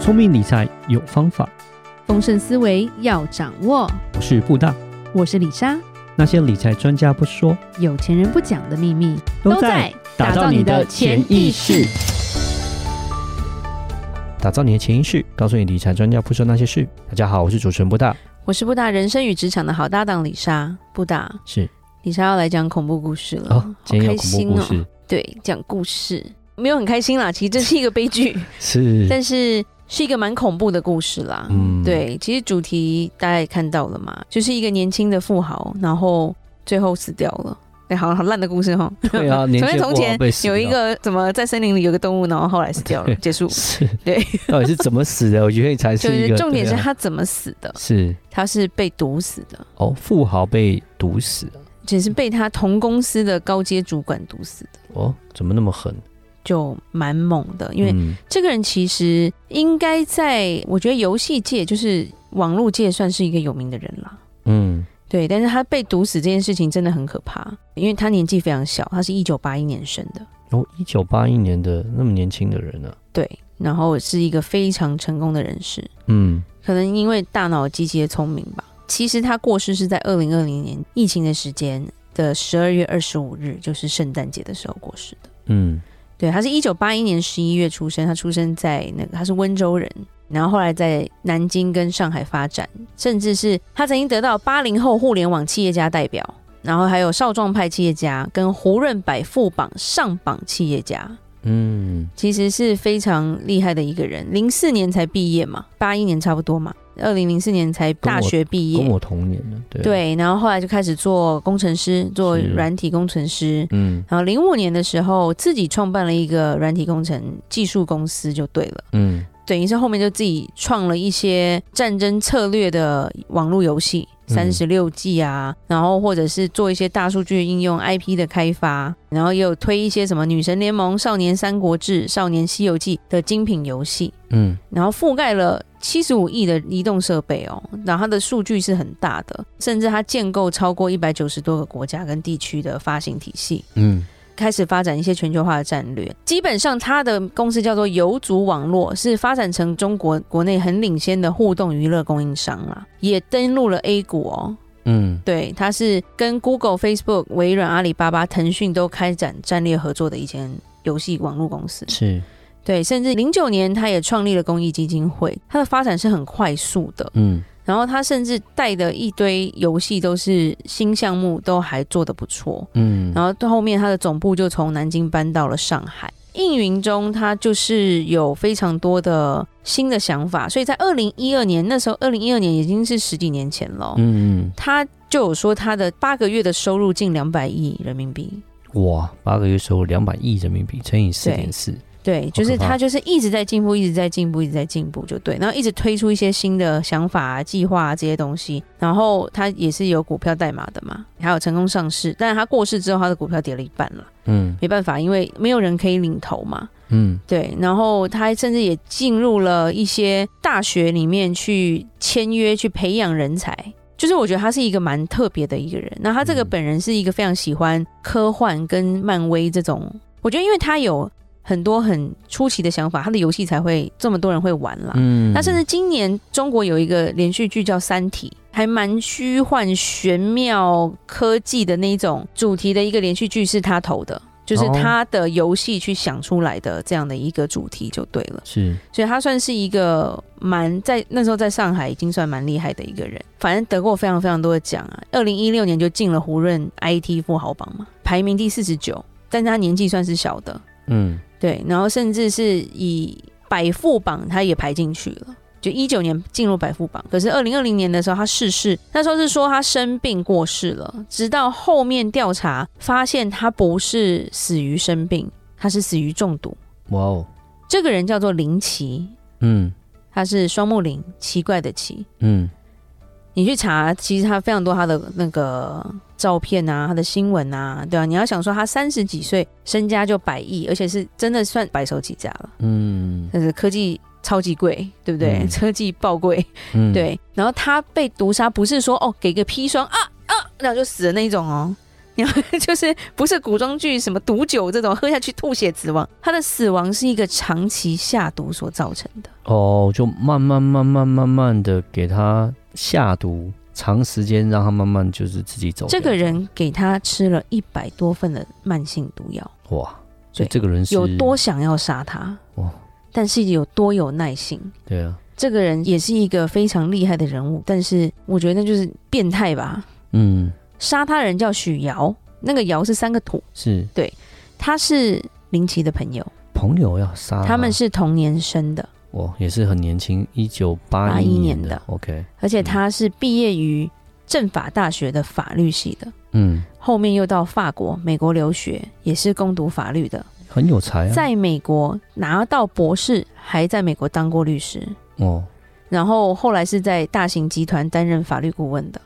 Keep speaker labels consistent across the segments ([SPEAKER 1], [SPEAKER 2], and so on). [SPEAKER 1] 聪明理财有方法，
[SPEAKER 2] 丰盛思维要掌握。
[SPEAKER 1] 我是布大。
[SPEAKER 2] 我是李莎，
[SPEAKER 1] 那些理财专家不说，
[SPEAKER 2] 有钱人不讲的秘密
[SPEAKER 1] 打造你的潜意识。，打造你的潜意识，告诉你理财专家不说那些事。大家好，我是主持人布大，
[SPEAKER 2] 我是布达人生与职场的好搭档李莎。布达，
[SPEAKER 1] 是
[SPEAKER 2] 李莎要来讲恐怖故事了，
[SPEAKER 1] 哦，今天
[SPEAKER 2] 好
[SPEAKER 1] 有
[SPEAKER 2] 开
[SPEAKER 1] 恐怖
[SPEAKER 2] 心
[SPEAKER 1] 故
[SPEAKER 2] 哦。
[SPEAKER 1] 事，
[SPEAKER 2] 对，讲故事没有很开心啦，其实这是一个 悲剧，
[SPEAKER 1] 嗯是
[SPEAKER 2] 但是是一个蛮恐怖的故事啦。
[SPEAKER 1] 嗯
[SPEAKER 2] 对，其实主题大家也看到了嘛，就是一个年轻的富豪，然后最后死掉了。哎、好好烂的故事哈。
[SPEAKER 1] 对啊，年
[SPEAKER 2] 从
[SPEAKER 1] 纪
[SPEAKER 2] 前从
[SPEAKER 1] 不好
[SPEAKER 2] 前
[SPEAKER 1] 被死
[SPEAKER 2] 有一
[SPEAKER 1] 掉
[SPEAKER 2] 个怎么在森林里有个动物，然后后来死掉了，
[SPEAKER 1] 对
[SPEAKER 2] 结束。
[SPEAKER 1] 是
[SPEAKER 2] 对，
[SPEAKER 1] 到底是怎么死的？我觉得才
[SPEAKER 2] 就是
[SPEAKER 1] 一
[SPEAKER 2] 是
[SPEAKER 1] 个
[SPEAKER 2] 重点是
[SPEAKER 1] 对啊
[SPEAKER 2] 他怎么死的，
[SPEAKER 1] 是
[SPEAKER 2] 他是被毒死的，
[SPEAKER 1] 哦，富豪被毒死了
[SPEAKER 2] 只是被他同公司的高阶主管毒死的，
[SPEAKER 1] 哦，怎么那么狠？
[SPEAKER 2] 就蛮猛的。因为
[SPEAKER 1] 嗯
[SPEAKER 2] 这个人其实应该在我觉得游戏界，就是网络界算是一个有名的人啦。
[SPEAKER 1] 嗯
[SPEAKER 2] 对，但是他被毒死这件事情真的很可怕，因为他年纪非常小，他是一九八一年生的，
[SPEAKER 1] 哦，一九八一年的那么年轻的人呢、啊？
[SPEAKER 2] 对，然后是一个非常成功的人士，
[SPEAKER 1] 嗯，
[SPEAKER 2] 可能因为大脑积极的聪明吧。其实他过世是在二零二零年疫情的时间的十二月二十五日，就是圣诞节的时候过世的。
[SPEAKER 1] 嗯，
[SPEAKER 2] 对，他是一九八一年十一月出生，他出生在那个他是温州人，然后后来在南京跟上海发展，甚至是他曾经得到八零后互联网企业家代表，然后还有少壮派企业家跟胡润百富榜上榜企业家，
[SPEAKER 1] 嗯
[SPEAKER 2] 其实是非常厉害的一个人。零四年才毕业嘛，八一年差不多嘛，二零零四年才大学毕，
[SPEAKER 1] 跟
[SPEAKER 2] 业。
[SPEAKER 1] 我同年的，对，
[SPEAKER 2] 对，然后后来就开始做工程师，做
[SPEAKER 1] 是
[SPEAKER 2] 软体工程师，
[SPEAKER 1] 嗯
[SPEAKER 2] 然后零五年的时候，自己创办了一个软体工程技术公司，就对了。
[SPEAKER 1] 嗯
[SPEAKER 2] 等于是后面就自己创了一些战争策略的网络游戏，
[SPEAKER 1] 嗯
[SPEAKER 2] 三十六计啊，然后或者是做一些大数据应用 IP 的开发，然后也有推一些什么女神联盟、少年三国志、少年西游记的精品游戏，
[SPEAKER 1] 嗯
[SPEAKER 2] 然后覆盖了七十五亿的移动设备哦，然后它的数据是很大的，甚至它建构超过一百九十多个国家跟地区的发行体系。
[SPEAKER 1] 嗯
[SPEAKER 2] 开始发展一些全球化的战略。基本上，它的公司叫做游族网络，是发展成中国国内很领先的互动娱乐供应商啦，也登陆了 A 股哦。
[SPEAKER 1] 嗯
[SPEAKER 2] 对，它是跟 Google、Facebook、微软、阿里巴巴、腾讯都开展战略合作的一间游戏网络公司。
[SPEAKER 1] 是
[SPEAKER 2] 对，甚至零九年，它也创立了公益基金会，它的发展是很快速的。
[SPEAKER 1] 嗯
[SPEAKER 2] 然后，它甚至带的一堆游戏都是新项目，都还做得不错。
[SPEAKER 1] 嗯
[SPEAKER 2] 然后到后面他的总部就从南京搬到了上海。应云中，他就是有非常多的新的想法，所以在二零一二年那时候，二零一二年已经是十几年前了哦，
[SPEAKER 1] 嗯
[SPEAKER 2] 他就有说他的八个月的收入近两百亿人民币，
[SPEAKER 1] 嗯，哇，八个月收两百亿人民币，乘以四
[SPEAKER 2] 对
[SPEAKER 1] 点四，
[SPEAKER 2] 对，就是
[SPEAKER 1] 好可怕
[SPEAKER 2] 他就是一直在进步，一直在进步，一直在进步，就对。然后一直推出一些新的想法、啊、计划、啊、这些东西。然后他也是有股票代码的嘛，还有成功上市。但是他过世之后，他的股票跌了一半了，
[SPEAKER 1] 嗯
[SPEAKER 2] 没办法，因为没有人可以领头嘛。
[SPEAKER 1] 嗯
[SPEAKER 2] 对，然后他甚至也进入了一些大学里面去签约去培养人才，就是我觉得他是一个蛮特别的一个人。那他这个
[SPEAKER 1] 嗯
[SPEAKER 2] 本人是一个非常喜欢科幻跟漫威这种，我觉得因为他有很多很出奇的想法，他的游戏才会这么多人会玩啦。
[SPEAKER 1] 嗯，
[SPEAKER 2] 啊那甚至今年中国有一个连续剧叫《三体》，还蛮虚幻、玄妙、科技的那一种主题的一个连续剧，是他投的，就是
[SPEAKER 1] 哦
[SPEAKER 2] 他的游戏去想出来的这样的一个主题就对了。
[SPEAKER 1] 是
[SPEAKER 2] 所以他算是一个蛮在那时候在上海已经算蛮厉害的一个人，反正得过非常非常多的奖啊。二零一六年就进了胡润 IT 富豪榜嘛，排名第四十九，但是他年纪算是小的，
[SPEAKER 1] 嗯
[SPEAKER 2] 对，然后甚至是以百富榜他也排进去了。就一九年进入百富榜，可是二零二零年的时候他逝世，那时候是说他生病过世了，直到后面调查发现他不是死于生病，他是死于中毒。
[SPEAKER 1] 哇哦，
[SPEAKER 2] 这个人叫做林奇，
[SPEAKER 1] 嗯
[SPEAKER 2] 他是双木林，奇怪的奇。
[SPEAKER 1] 嗯
[SPEAKER 2] 你去查，其实他非常多他的那个照片啊，他的新闻啊，对啊，你要想说他三十几岁身家就百亿，而且是真的算白手起家了。
[SPEAKER 1] 嗯
[SPEAKER 2] 但是科技超级贵，对不对？
[SPEAKER 1] 嗯
[SPEAKER 2] 科技爆贵，
[SPEAKER 1] 嗯，，
[SPEAKER 2] 对。然后他被毒杀，不是说哦给个砒霜啊啊，然后就死的那种哦， 就是不是古装剧什么毒酒这种喝下去吐血死亡，他的死亡是一个长期下毒所造成的。
[SPEAKER 1] 哦，就慢慢慢慢慢慢的给他下毒，长时间让他慢慢就是自己走掉。
[SPEAKER 2] 这个人给他吃了一百多份的慢性毒药，
[SPEAKER 1] 哇，所以
[SPEAKER 2] 对
[SPEAKER 1] 这个人是
[SPEAKER 2] 有多想要杀他
[SPEAKER 1] 哇，
[SPEAKER 2] 但是有多有耐心。
[SPEAKER 1] 对啊，
[SPEAKER 2] 这个人也是一个非常厉害的人物，但是我觉得那就是变态吧。
[SPEAKER 1] 嗯，
[SPEAKER 2] 杀他人叫许瑶，那个瑶是三个土，
[SPEAKER 1] 是
[SPEAKER 2] 他是林奇的朋友，
[SPEAKER 1] 朋友要杀
[SPEAKER 2] 他们是同年生的，
[SPEAKER 1] 哇，也是很年轻，一九八
[SPEAKER 2] 81
[SPEAKER 1] 年
[SPEAKER 2] 年的
[SPEAKER 1] OK，
[SPEAKER 2] 而且他是毕业于政法大学的法律系的，
[SPEAKER 1] 嗯，
[SPEAKER 2] 后面又到法国、美国留学，也是攻读法律的，
[SPEAKER 1] 很有才啊，
[SPEAKER 2] 在美国拿到博士，还在美国当过律师，
[SPEAKER 1] 哦，
[SPEAKER 2] 然后后来是在大型集团担任法律顾问的，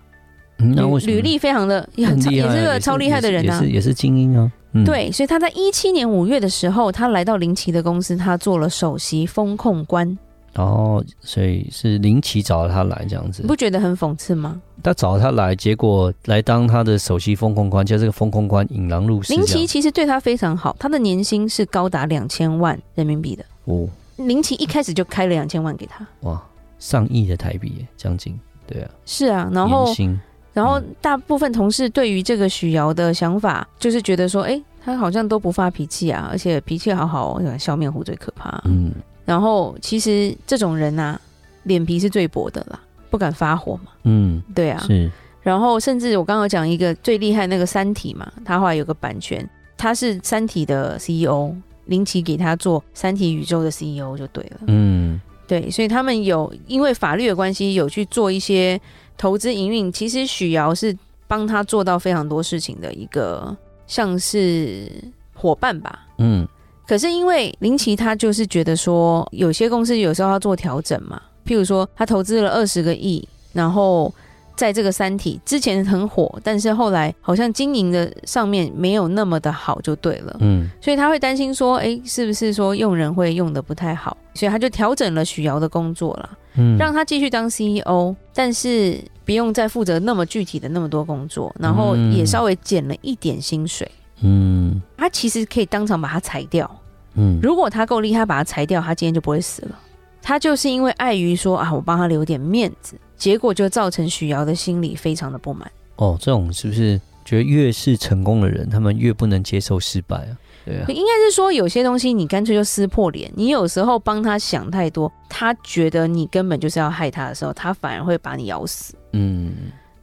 [SPEAKER 1] 嗯那为
[SPEAKER 2] 履
[SPEAKER 1] 什么
[SPEAKER 2] 履历非常的也很
[SPEAKER 1] 很
[SPEAKER 2] 超
[SPEAKER 1] 厉
[SPEAKER 2] 也
[SPEAKER 1] 害啊，
[SPEAKER 2] 是个超厉害的人
[SPEAKER 1] 也
[SPEAKER 2] 啊
[SPEAKER 1] 是。也是精英啊，嗯，
[SPEAKER 2] 对，所以他在一七年五月的时候，他来到林奇的公司，他做了首席风控官，
[SPEAKER 1] 然后哦所以是林奇找他来这样子
[SPEAKER 2] 你，不觉得很讽刺吗？
[SPEAKER 1] 他找他来，结果来当他的首席风控官，叫这个风控官引狼入室
[SPEAKER 2] 林
[SPEAKER 1] 这
[SPEAKER 2] 奇
[SPEAKER 1] 样，
[SPEAKER 2] 其实对他非常好，他的年薪是高达两千万人民币的。
[SPEAKER 1] 哦，
[SPEAKER 2] 林奇一开始就开了两千万给他，
[SPEAKER 1] 哇，上亿的台币耶将近，对啊，
[SPEAKER 2] 是啊，然
[SPEAKER 1] 年
[SPEAKER 2] 后
[SPEAKER 1] 薪
[SPEAKER 2] 然后大部分同事对于这个许瑶的想法，就是觉得说，哎，他好像都不发脾气啊，而且脾气好好哦，笑面虎最可怕啊、
[SPEAKER 1] 嗯，
[SPEAKER 2] 然后其实这种人呐、脸皮是最薄的啦，不敢发火嘛，
[SPEAKER 1] 嗯，
[SPEAKER 2] 对啊，
[SPEAKER 1] 是
[SPEAKER 2] 然后甚至我刚刚有讲一个最厉害那个《三体》嘛，他后来有个版权，他是《三体》的 CEO，林奇给他做《三体》宇宙的 CEO 就对了。
[SPEAKER 1] 嗯，
[SPEAKER 2] 对，所以他们有因为法律的关系有去做一些投资营运。其实许瑶是帮他做到非常多事情的一个像是伙伴吧。
[SPEAKER 1] 嗯，
[SPEAKER 2] 可是因为林奇他就是觉得说，有些公司有时候要做调整嘛，譬如说他投资了二十个亿，然后在这个《三体》之前很火，但是后来好像经营的上面没有那么的好，就对了。
[SPEAKER 1] 嗯，
[SPEAKER 2] 所以他会担心说，诶，是不是说用人会用的不太好？所以他就调整了许瑶的工作啦，
[SPEAKER 1] 嗯，
[SPEAKER 2] 让他继续当 CEO，但是不用再负责那么具体的那么多工作，然后
[SPEAKER 1] 嗯
[SPEAKER 2] 也稍微减了一点薪水。
[SPEAKER 1] 嗯
[SPEAKER 2] 他其实可以当场把他裁掉，
[SPEAKER 1] 嗯，
[SPEAKER 2] 如果他够厉害，把他裁掉，他今天就不会死了。他就是因为碍于说啊，我帮他留点面子，结果就造成许瑶的心里非常的不满。
[SPEAKER 1] 哦，这种是不是觉得越是成功的人，他们越不能接受失败啊？对啊，
[SPEAKER 2] 应该是说有些东西你干脆就撕破脸，你有时候帮他想太多，他觉得你根本就是要害他的时候，他反而会把你咬死。
[SPEAKER 1] 嗯，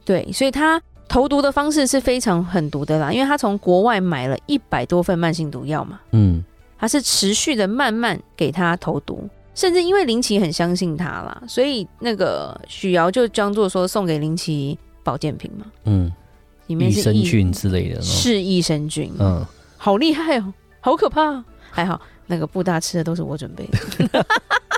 [SPEAKER 2] 对，所以他投毒的方式是非常狠毒的啦，因为他从国外买了一百多份慢性毒药嘛，
[SPEAKER 1] 嗯，
[SPEAKER 2] 他是持续的慢慢给他投毒，甚至因为林奇很相信他啦，所以那个许瑶就装作说送给林奇保健品嘛，
[SPEAKER 1] 嗯，
[SPEAKER 2] 里面
[SPEAKER 1] 益
[SPEAKER 2] 是
[SPEAKER 1] 生
[SPEAKER 2] 益
[SPEAKER 1] 菌之类的，哦
[SPEAKER 2] 是益生菌，
[SPEAKER 1] 嗯，
[SPEAKER 2] 好厉害哦，好可怕哦、还好那个布大吃的都是我准备的，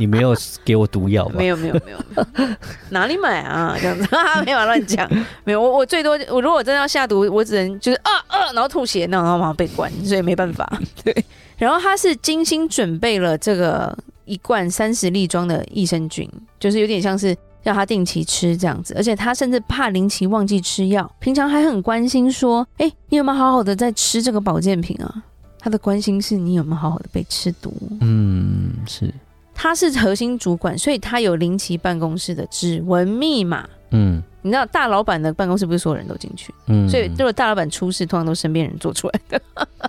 [SPEAKER 1] 你没有给我毒药吧
[SPEAKER 2] 没？有没有没有，没有哪里买啊？这样子，哈哈没有啊乱讲，没有我 我最多我如果真的要下毒，我只能就是啊啊，然后吐血，那然后马上被关，所以没办法。对，然后他是精心准备了这个一罐三十粒装的益生菌，就是有点像是。要他定期吃这样子，而且他甚至怕林奇忘记吃药，平常还很关心说：“哎、你有没有好好的在吃这个保健品啊？”他的关心是你有没有好好的被吃毒。
[SPEAKER 1] 嗯，是，
[SPEAKER 2] 他是核心主管，所以他有林奇办公室的指纹密码。
[SPEAKER 1] 嗯
[SPEAKER 2] 你知道大老板的办公室不是所有人都进去，
[SPEAKER 1] 嗯，
[SPEAKER 2] 所以如果大老板出事，通常都身边人做出来的。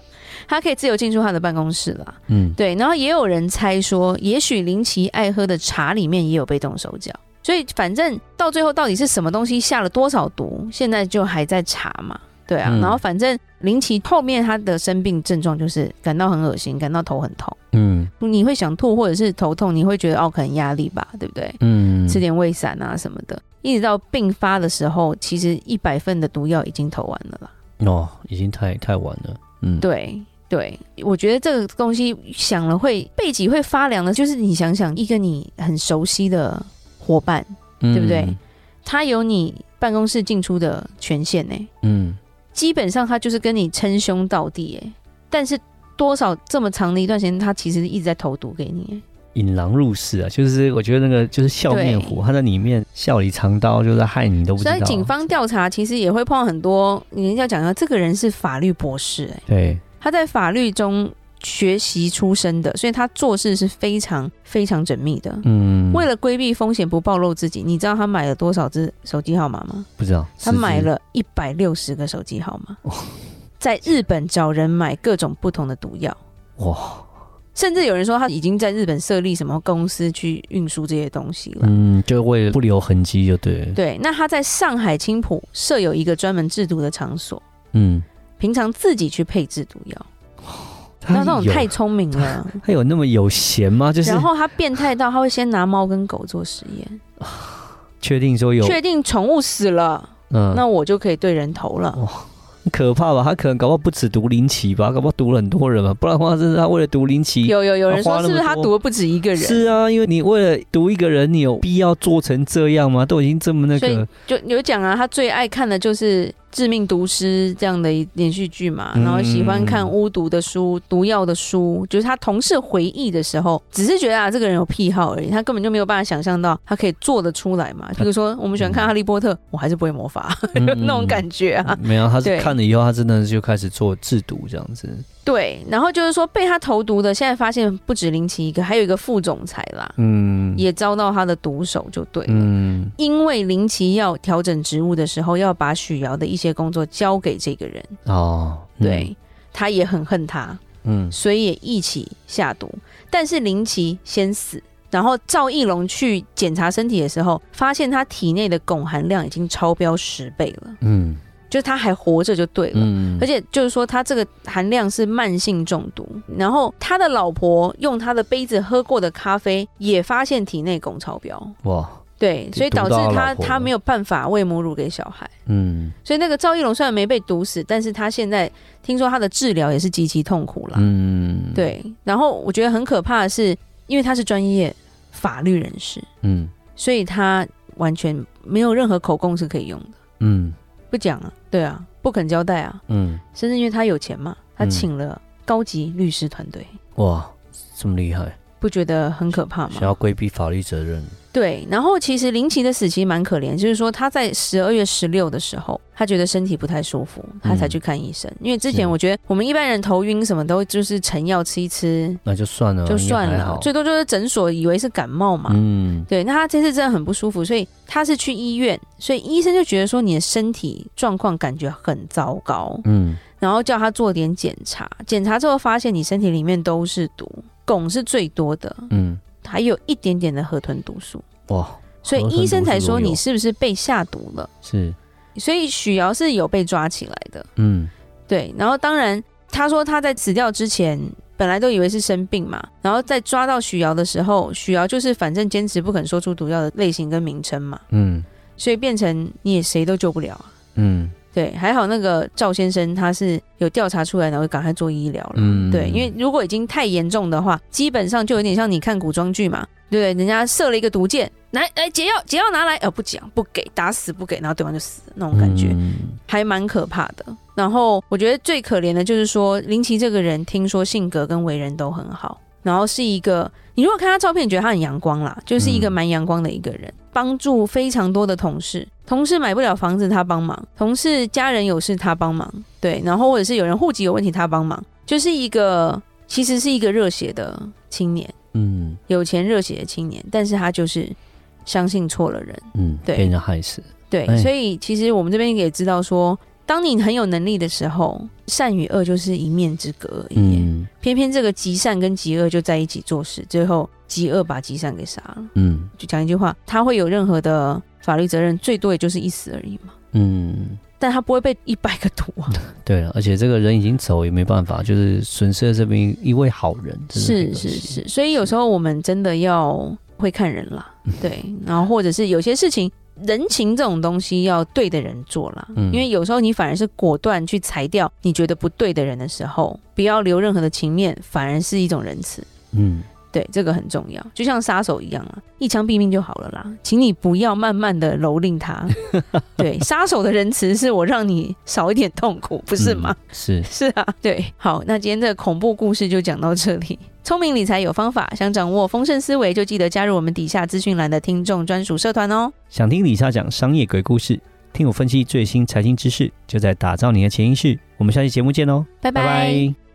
[SPEAKER 2] 他可以自由进出他的办公室啦。
[SPEAKER 1] 嗯
[SPEAKER 2] 对，然后也有人猜说，也许林奇爱喝的茶里面也有被动手脚。所以反正到最后到底是什么东西下了多少毒，现在就还在查嘛。对啊，
[SPEAKER 1] 嗯
[SPEAKER 2] 然后反正林奇后面他的生病症状就是感到很恶心，感到头很痛。
[SPEAKER 1] 嗯
[SPEAKER 2] 你会想吐或者是头痛，你会觉得哦，可能压力吧，对不对？
[SPEAKER 1] 嗯，
[SPEAKER 2] 吃点胃散啊什么的，一直到病发的时候，其实一百份的毒药已经投完了啦。
[SPEAKER 1] 哦，已经太太晚了，嗯，
[SPEAKER 2] 对对，我觉得这个东西想了会背脊会发凉的，就是你想想一个你很熟悉的伙伴，
[SPEAKER 1] 嗯，
[SPEAKER 2] 对不对他有你办公室进出的权限呢、
[SPEAKER 1] 嗯
[SPEAKER 2] 基本上他就是跟你称兄道弟哎、但是多少这么长的一段时间，他其实一直在投毒给你、欸。
[SPEAKER 1] 引狼入室啊，就是我觉得那个就是笑面虎，
[SPEAKER 2] 对
[SPEAKER 1] 他在里面笑里藏刀，就是害你都不知
[SPEAKER 2] 所
[SPEAKER 1] 道。
[SPEAKER 2] 以警方调查其实也会碰到很多，你要讲到这个人是法律博士、哎，
[SPEAKER 1] 对
[SPEAKER 2] 他在法律中学习出身的，所以他做事是非常非常缜密的。
[SPEAKER 1] 嗯，
[SPEAKER 2] 为了规避风险不暴露自己，你知道他买了多少只手机号码吗？
[SPEAKER 1] 不知道
[SPEAKER 2] 他买了一百六十个手机号
[SPEAKER 1] 哦
[SPEAKER 2] 码，在日本找人买各种不同的毒药，
[SPEAKER 1] 哇，
[SPEAKER 2] 甚至有人说他已经在日本设立什么公司去运输这些东西了。
[SPEAKER 1] 嗯，就为了不留痕迹就对了，
[SPEAKER 2] 对，那他在上海青浦设有一个专门制毒的场所，
[SPEAKER 1] 嗯，
[SPEAKER 2] 平常自己去配制毒药。
[SPEAKER 1] 他
[SPEAKER 2] 那那种
[SPEAKER 1] 有
[SPEAKER 2] 太聪明了，
[SPEAKER 1] 他有那么有闲吗？哎 就是
[SPEAKER 2] 然后他变态到他会先拿猫跟狗做实验，
[SPEAKER 1] 确定说有
[SPEAKER 2] 确定宠物死了，
[SPEAKER 1] 嗯，哦
[SPEAKER 2] 那我就可以对人头了。
[SPEAKER 1] 很可怕吧？他可能搞不好不止毒林奇吧，搞不好毒了很多人吧，不然的话，真是他为了毒林奇。
[SPEAKER 2] 有有有人
[SPEAKER 1] 他花那
[SPEAKER 2] 说是
[SPEAKER 1] 么
[SPEAKER 2] 不是他
[SPEAKER 1] 多
[SPEAKER 2] 毒了不止一个人？
[SPEAKER 1] 是啊，因为你为了毒一个人，你有必要做成这样吗？都已经这么那
[SPEAKER 2] 所 以
[SPEAKER 1] 个，
[SPEAKER 2] 就有讲啊，他最爱看的就是《致命毒师》这样的一连续剧嘛，
[SPEAKER 1] 嗯
[SPEAKER 2] 然后喜欢看巫毒的书、毒药的书，就是他同事回忆的时候，只是觉得啊这个人有癖好而已，他根本就没有办法想象到他可以做得出来嘛。比如说我们喜欢看《哈利波特》，我还是不会魔法，
[SPEAKER 1] 嗯
[SPEAKER 2] 那种感觉啊。
[SPEAKER 1] 没有，他是
[SPEAKER 2] 对
[SPEAKER 1] 看了以后，他真的就开始做制毒这样子。
[SPEAKER 2] 对，然后就是说被他投毒的，现在发现不止林奇一个，还有一个副总裁啦，
[SPEAKER 1] 嗯，
[SPEAKER 2] 也遭到他的毒手，就对了。
[SPEAKER 1] 嗯，
[SPEAKER 2] 因为林奇要调整职务的时候，要把许瑶的一些工作交给这个人，
[SPEAKER 1] 哦，嗯
[SPEAKER 2] 对、，他也很恨他，
[SPEAKER 1] 嗯
[SPEAKER 2] 所以也一起下毒。但是林奇先死，然后赵义龙去检查身体的时候，发现他体内的汞含量已经超标十倍了，
[SPEAKER 1] 嗯
[SPEAKER 2] 就是他还活着就对了。
[SPEAKER 1] 嗯，
[SPEAKER 2] 而且就是说，他这个含量是慢性中毒。然后他的老婆用他的杯子喝过的咖啡，也发现体内汞超标，
[SPEAKER 1] 哇，
[SPEAKER 2] 对，所以导致
[SPEAKER 1] 毒到
[SPEAKER 2] 他
[SPEAKER 1] 老婆
[SPEAKER 2] 他没有办法喂母乳给小孩。
[SPEAKER 1] 嗯
[SPEAKER 2] 所以那个赵一龙虽然没被毒死，但是他现在听说他的治疗也是极其痛苦啦。
[SPEAKER 1] 嗯，，
[SPEAKER 2] 对，然后我觉得很可怕的是，因为他是专业法律人士，
[SPEAKER 1] 嗯
[SPEAKER 2] 所以他完全没有任何口供是可以用的，
[SPEAKER 1] 嗯
[SPEAKER 2] 不讲啊，对啊，不肯交代啊，
[SPEAKER 1] 嗯，
[SPEAKER 2] 甚至因为他有钱嘛，他
[SPEAKER 1] 嗯
[SPEAKER 2] 请了高级律师团队，
[SPEAKER 1] 哇，这么厉害，
[SPEAKER 2] 不觉得很可怕
[SPEAKER 1] 想
[SPEAKER 2] 吗？
[SPEAKER 1] 要规避法律责任，
[SPEAKER 2] 对，然后其实林奇的死期蛮可怜，就是说他在十二月十六的时候，他觉得身体不太舒服，他才去看医生。因为之前
[SPEAKER 1] 嗯是
[SPEAKER 2] 我觉得我们一般人头晕什么都就是成药吃一吃
[SPEAKER 1] 那就算了，
[SPEAKER 2] 就
[SPEAKER 1] 应该
[SPEAKER 2] 算
[SPEAKER 1] 呃还
[SPEAKER 2] 了
[SPEAKER 1] 好，
[SPEAKER 2] 最多就是诊所以为是感冒嘛。
[SPEAKER 1] 嗯
[SPEAKER 2] 对，那他这次真的很不舒服，所以他是去医院，所以医生就觉得说你的身体状况感觉很糟糕，
[SPEAKER 1] 嗯
[SPEAKER 2] 然后叫他做点检查，检查之后发现你身体里面都是毒，汞是最多的，
[SPEAKER 1] 嗯，
[SPEAKER 2] 还有一点点的河豚毒素，
[SPEAKER 1] 哇，
[SPEAKER 2] 所以
[SPEAKER 1] 河豚
[SPEAKER 2] 医生
[SPEAKER 1] 毒素
[SPEAKER 2] 才说
[SPEAKER 1] 都有
[SPEAKER 2] 你是不是被下毒了。
[SPEAKER 1] 是，
[SPEAKER 2] 所以许瑶是有被抓起来的，
[SPEAKER 1] 嗯
[SPEAKER 2] 对。然后当然，他说他在死掉之前本来都以为是生病嘛，然后在抓到许瑶的时候，许瑶就是反正坚持不肯说出毒药的类型跟名称嘛，
[SPEAKER 1] 嗯
[SPEAKER 2] 所以变成你也谁都救不了啊。
[SPEAKER 1] 嗯
[SPEAKER 2] 对，还好那个赵先生他是有调查出来，然后赶快做医疗了。
[SPEAKER 1] 嗯，
[SPEAKER 2] 对，因为如果已经太严重的话，基本上就有点像你看古装剧嘛，对不对？人家射了一个毒箭，来来解药，解药拿来，呃，不讲不给，打死不给，然后对方就死了那种感觉，
[SPEAKER 1] 嗯
[SPEAKER 2] 还蛮可怕的。然后我觉得最可怜的就是说，林奇这个人，听说性格跟为人都很好，然后是一个，你如果看他照片，你觉得他很阳光啦，就是一个
[SPEAKER 1] 嗯
[SPEAKER 2] 蛮阳光的一个人，帮助非常多的同事，同事买不了房子他帮忙，同事家人有事他帮忙，对，然后或者是有人户籍有问题他帮忙，就是一个其实是一个热血的青年，
[SPEAKER 1] 嗯
[SPEAKER 2] 有钱热血的青年，但是他就是相信错了人。
[SPEAKER 1] 嗯，
[SPEAKER 2] 对
[SPEAKER 1] 被人家害死，
[SPEAKER 2] 对，
[SPEAKER 1] 哎
[SPEAKER 2] 所以其实我们这边也知道说，当你很有能力的时候，善与恶就是一面之隔而已。
[SPEAKER 1] 嗯
[SPEAKER 2] 偏偏这个极善跟极恶就在一起做事，最后极恶把极善给杀了。
[SPEAKER 1] 嗯
[SPEAKER 2] 就讲一句话，他会有任何的法律责任，最多也就是一死而已嘛。
[SPEAKER 1] 嗯，
[SPEAKER 2] 但他不会被一百个毒啊！
[SPEAKER 1] 对了，而且这个人已经走也没办法，就是损失了这边一位好人，真的很
[SPEAKER 2] 是
[SPEAKER 1] 可
[SPEAKER 2] 是
[SPEAKER 1] 惜，
[SPEAKER 2] 是，所以有时候我们真的要会看人 啦，对，然后或者是有些事情。人情这种东西要对的人做啦，
[SPEAKER 1] 嗯
[SPEAKER 2] 因为有时候你反而是果断去裁掉你觉得不对的人的时候，不要留任何的情面，反而是一种仁慈。
[SPEAKER 1] 嗯
[SPEAKER 2] 对，这个很重要，就像杀手一样啊，一枪毙命就好了啦，请你不要慢慢的蹂 躏他。对，杀手的仁慈是我让你少一点 痛苦，不是吗？
[SPEAKER 1] 嗯是，
[SPEAKER 2] 是啊，对，好，那今天这个恐怖故事就讲到这里。聪明理财有方法，想掌握丰盛思维，就记得加入我们底下资讯栏的听众专属社团哦。
[SPEAKER 1] 想听李莎讲商业鬼故事，听我分析最新财经知识，就在打造你的潜意识。我们下期节目见喽，哦
[SPEAKER 2] 拜拜。
[SPEAKER 1] 拜